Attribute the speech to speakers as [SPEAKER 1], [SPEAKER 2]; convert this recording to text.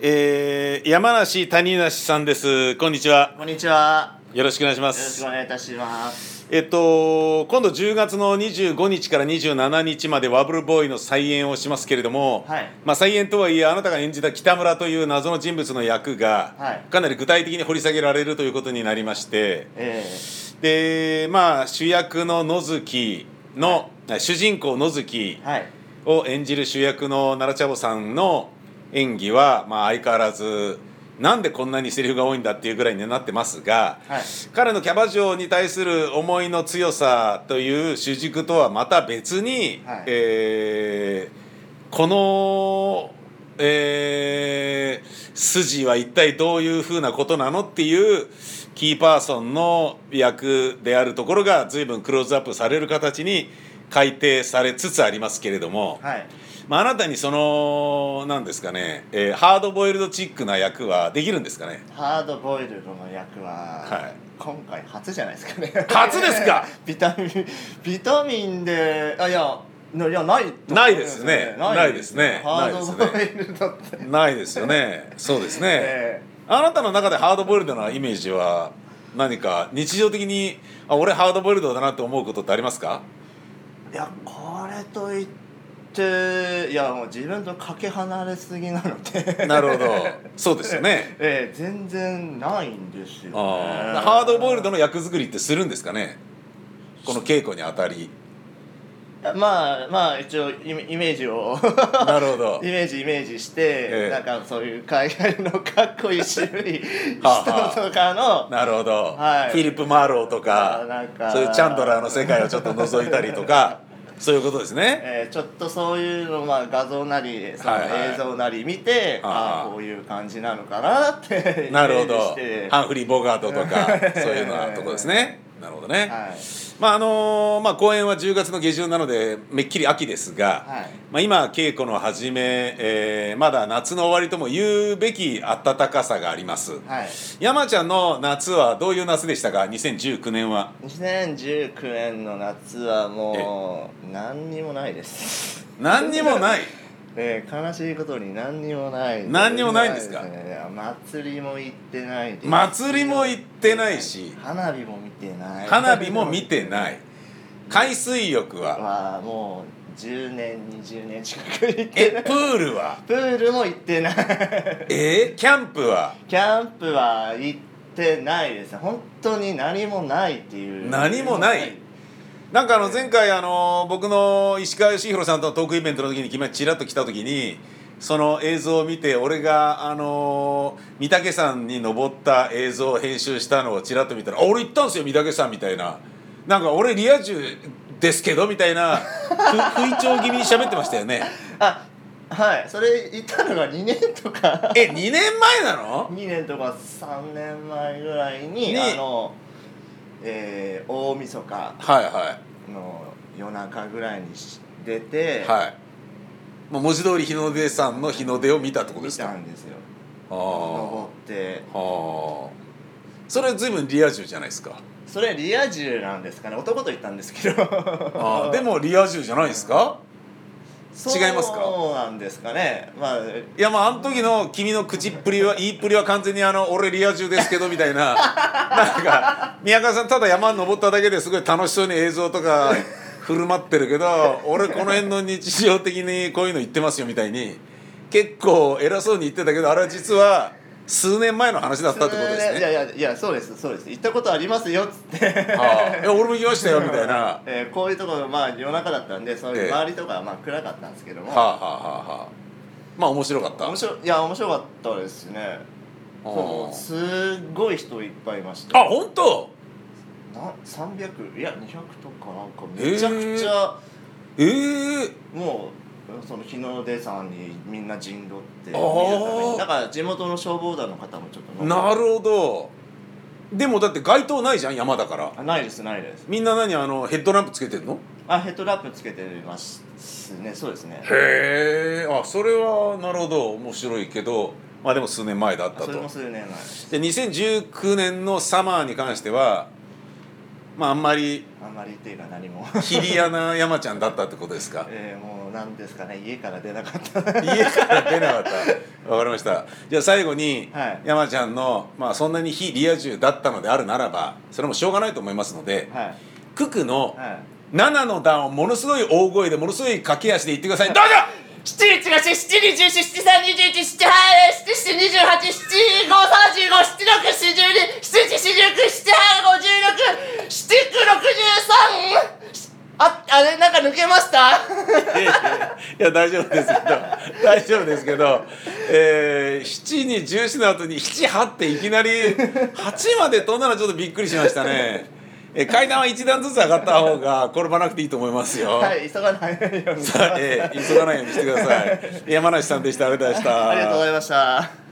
[SPEAKER 1] えー、山梨谷梨さんですこんにちは
[SPEAKER 2] こんにちは。
[SPEAKER 1] よろしくお願いしま
[SPEAKER 2] よろし
[SPEAKER 1] す
[SPEAKER 2] くお願いいたします。
[SPEAKER 1] えっと今度10月の25日から27日までワブルボーイの再演をしますけれども、
[SPEAKER 2] はい
[SPEAKER 1] まあ、再演とはいえあなたが演じた北村という謎の人物の役が、
[SPEAKER 2] はい
[SPEAKER 1] かなり具体的に掘り下げられるということになりまして
[SPEAKER 2] えー、
[SPEAKER 1] でまあ主役の野月の、主人公野月
[SPEAKER 2] はい。
[SPEAKER 1] を演じる主役の奈良茶坊さんの演技は、まあ、相変わらずなんでこんなにセリフが多いんだっていうぐらいになってますが、
[SPEAKER 2] はい
[SPEAKER 1] 彼のキャバ嬢に対する思いの強さという主軸とはまた別に、
[SPEAKER 2] はい
[SPEAKER 1] えーこの、えー筋は一体どういうふうなことなのっていうキーパーソンの役であるところが随分クローズアップされる形に改定されつつありますけれども。
[SPEAKER 2] はい。
[SPEAKER 1] まあ、あなたにそのなんですかね、えーハードボイルドチックな役はできるんですかね
[SPEAKER 2] ハードボイルドの役は、
[SPEAKER 1] はい
[SPEAKER 2] 今回初じゃないですかね。
[SPEAKER 1] 初ですか
[SPEAKER 2] ビタミン、ビタミンで、あ、いや、いや、ないと思うんよ。
[SPEAKER 1] ないですねないですね
[SPEAKER 2] ハードボイルドって。
[SPEAKER 1] ないですよねそうですね、
[SPEAKER 2] え
[SPEAKER 1] あなたの中でハードボイルドなイメージは何か日常的にあ俺ハードボイルドだなって思うことってありますか
[SPEAKER 2] ーいや、これといって、いや、もう自分とかけ離れすぎなので。
[SPEAKER 1] なるほど そうですよね
[SPEAKER 2] えー、全然ないんですよ、ね。
[SPEAKER 1] あーハードボイルドの役作りってするんですかねこの稽古にあたり
[SPEAKER 2] まあまあ一応イメイメー ジを
[SPEAKER 1] なるほど
[SPEAKER 2] イメージイメージして、
[SPEAKER 1] ええ
[SPEAKER 2] なんかそういう海外のかっこいい種類人 と
[SPEAKER 1] はあはあ
[SPEAKER 2] かの
[SPEAKER 1] なるほど、
[SPEAKER 2] はい
[SPEAKER 1] フィリップ・マーローとか
[SPEAKER 2] あーなんか
[SPEAKER 1] そういうチャンドラーの世界をちょっと覗いたりと かそういうことですね
[SPEAKER 2] えーちょっとそういうのまあ画像なりその
[SPEAKER 1] はいはい
[SPEAKER 2] 映像なり見て、
[SPEAKER 1] はあはあ
[SPEAKER 2] ああこういう感じなのかなってイメージして
[SPEAKER 1] なるほど
[SPEAKER 2] は
[SPEAKER 1] ハンフリー・ボガートと かそういうようなとこですねなるほどね、
[SPEAKER 2] い、はい
[SPEAKER 1] まああのーまあ公演は10月の下旬なのでめっきり秋ですが、
[SPEAKER 2] はい
[SPEAKER 1] まあ、今稽古の始め、えーまだ夏の終わりとも言うべき暖かさがあります、山ちゃんの夏はどういう夏でしたか2019年は
[SPEAKER 2] 2019年の夏はもう何にもないです
[SPEAKER 1] 何にもない
[SPEAKER 2] ねえ悲しいことに何にもない
[SPEAKER 1] 何にもないんですか
[SPEAKER 2] ね祭りも行ってないです
[SPEAKER 1] 祭りも行ってないし
[SPEAKER 2] 花火も見てない
[SPEAKER 1] 花火も見てない海水浴は
[SPEAKER 2] はもう10年20年近く行っ
[SPEAKER 1] え
[SPEAKER 2] てない
[SPEAKER 1] プールは
[SPEAKER 2] プールも行ってない
[SPEAKER 1] えーキャンプは
[SPEAKER 2] キャンプは行ってないです本当に何もないっていう
[SPEAKER 1] 何もないなんかあの前回あの僕の石川義弘さんとのトークイベントの時に君がちらっと来た時にその映像を見て俺があの御嶽山に登った映像を編集したのをちらっと見たら「あ俺行ったんですよ御嶽山」みたいななんか俺リア充ですけどみたいなふ 不意調気味に喋ってましたよね
[SPEAKER 2] あはいそれ行ったのが2年とか
[SPEAKER 1] え2年前なの
[SPEAKER 2] 2年とか3年前ぐらいに、
[SPEAKER 1] ね
[SPEAKER 2] あの、えー、大晦日
[SPEAKER 1] はいは
[SPEAKER 2] の夜中ぐらいにし出て、
[SPEAKER 1] いはいもう文字通り日の出さんの日の出を見たってことで
[SPEAKER 2] 見
[SPEAKER 1] すか
[SPEAKER 2] たんですよ
[SPEAKER 1] あー
[SPEAKER 2] 登って
[SPEAKER 1] はあそれ随分リア充じゃないですか
[SPEAKER 2] それリア充なんですかね男と言ったんですけど
[SPEAKER 1] あーでもリア充じゃないですか
[SPEAKER 2] そう
[SPEAKER 1] 違いますか
[SPEAKER 2] そうなんですかねまあえ
[SPEAKER 1] いやまああの時の君の口っぷりは言いっぷりは完全にあの俺リア充ですけどみたいな なんか宮川さんただ山登っただけですごい楽しそうに映像とか振る舞ってるけど俺この辺の日常的にこういうの言ってますよみたいに結構偉そうに言ってたけどあれは実は数年前の話だったってことです
[SPEAKER 2] い
[SPEAKER 1] ね。
[SPEAKER 2] やいやいやそうですそうです行ったことありますよっつって
[SPEAKER 1] ああいや俺も行きましたよみたいな。 は
[SPEAKER 2] えーこういうところまあ夜中だったんでそう
[SPEAKER 1] ええ
[SPEAKER 2] いう周りとかはまあ暗かったんですけど
[SPEAKER 1] あ、は
[SPEAKER 2] も、
[SPEAKER 1] あはあはあ、まあ面白かった。
[SPEAKER 2] 面白いいや面白かったですねそうすっごい人いっぱいいました
[SPEAKER 1] あ本当
[SPEAKER 2] な300いや200とかなんかめちゃくちゃ、
[SPEAKER 1] ええ
[SPEAKER 2] もうその日の出さんにみんな陣取って見る
[SPEAKER 1] あー
[SPEAKER 2] ためにだから地元の消防団の方もちょっと
[SPEAKER 1] なるほどでもだって街灯ないじゃん山だから
[SPEAKER 2] あないですないです
[SPEAKER 1] みんな何あのヘッドランプつけてんの
[SPEAKER 2] あヘッドラップつけてますねそうですね
[SPEAKER 1] へえあそれはなるほど面白いけどまあでも数年前だった
[SPEAKER 2] それ
[SPEAKER 1] と
[SPEAKER 2] も数年前
[SPEAKER 1] で2019年のサマーに関してはまああんまり
[SPEAKER 2] あんまりっていうか何 も
[SPEAKER 1] ヒリアな山ちゃんだったってことです か
[SPEAKER 2] えー、もう何ですかね家から出なかった
[SPEAKER 1] 家から出なかったわかりましたじゃあ最後に、
[SPEAKER 2] はい
[SPEAKER 1] 山ちゃんの、まあ、そんなに非リア充だったのであるならばそれもしょうがないと思いますので、
[SPEAKER 2] はい
[SPEAKER 1] 九九の
[SPEAKER 2] はい
[SPEAKER 1] 7の段をものすごい大声でものすごい駆け足で言ってく ださいどうぞ
[SPEAKER 3] 七一が七七二十四七三二十一七八七七二十八七五三十五七六四十二七七四十九七八五十六七九六十三ああれなんか抜けました
[SPEAKER 1] いやいやいや大丈夫 ですけど大丈夫ですけど、えー、7に14の後に78っていきなり8まで飛んだのはちょっとびっくりしましたね、えー階段は1段ずつ上がった方が転ばなくていいと思いますよ、
[SPEAKER 2] はい急がないように
[SPEAKER 1] さあ、えー急がないようにしてください山梨さんでしたありがとうございました
[SPEAKER 2] ありがとうございました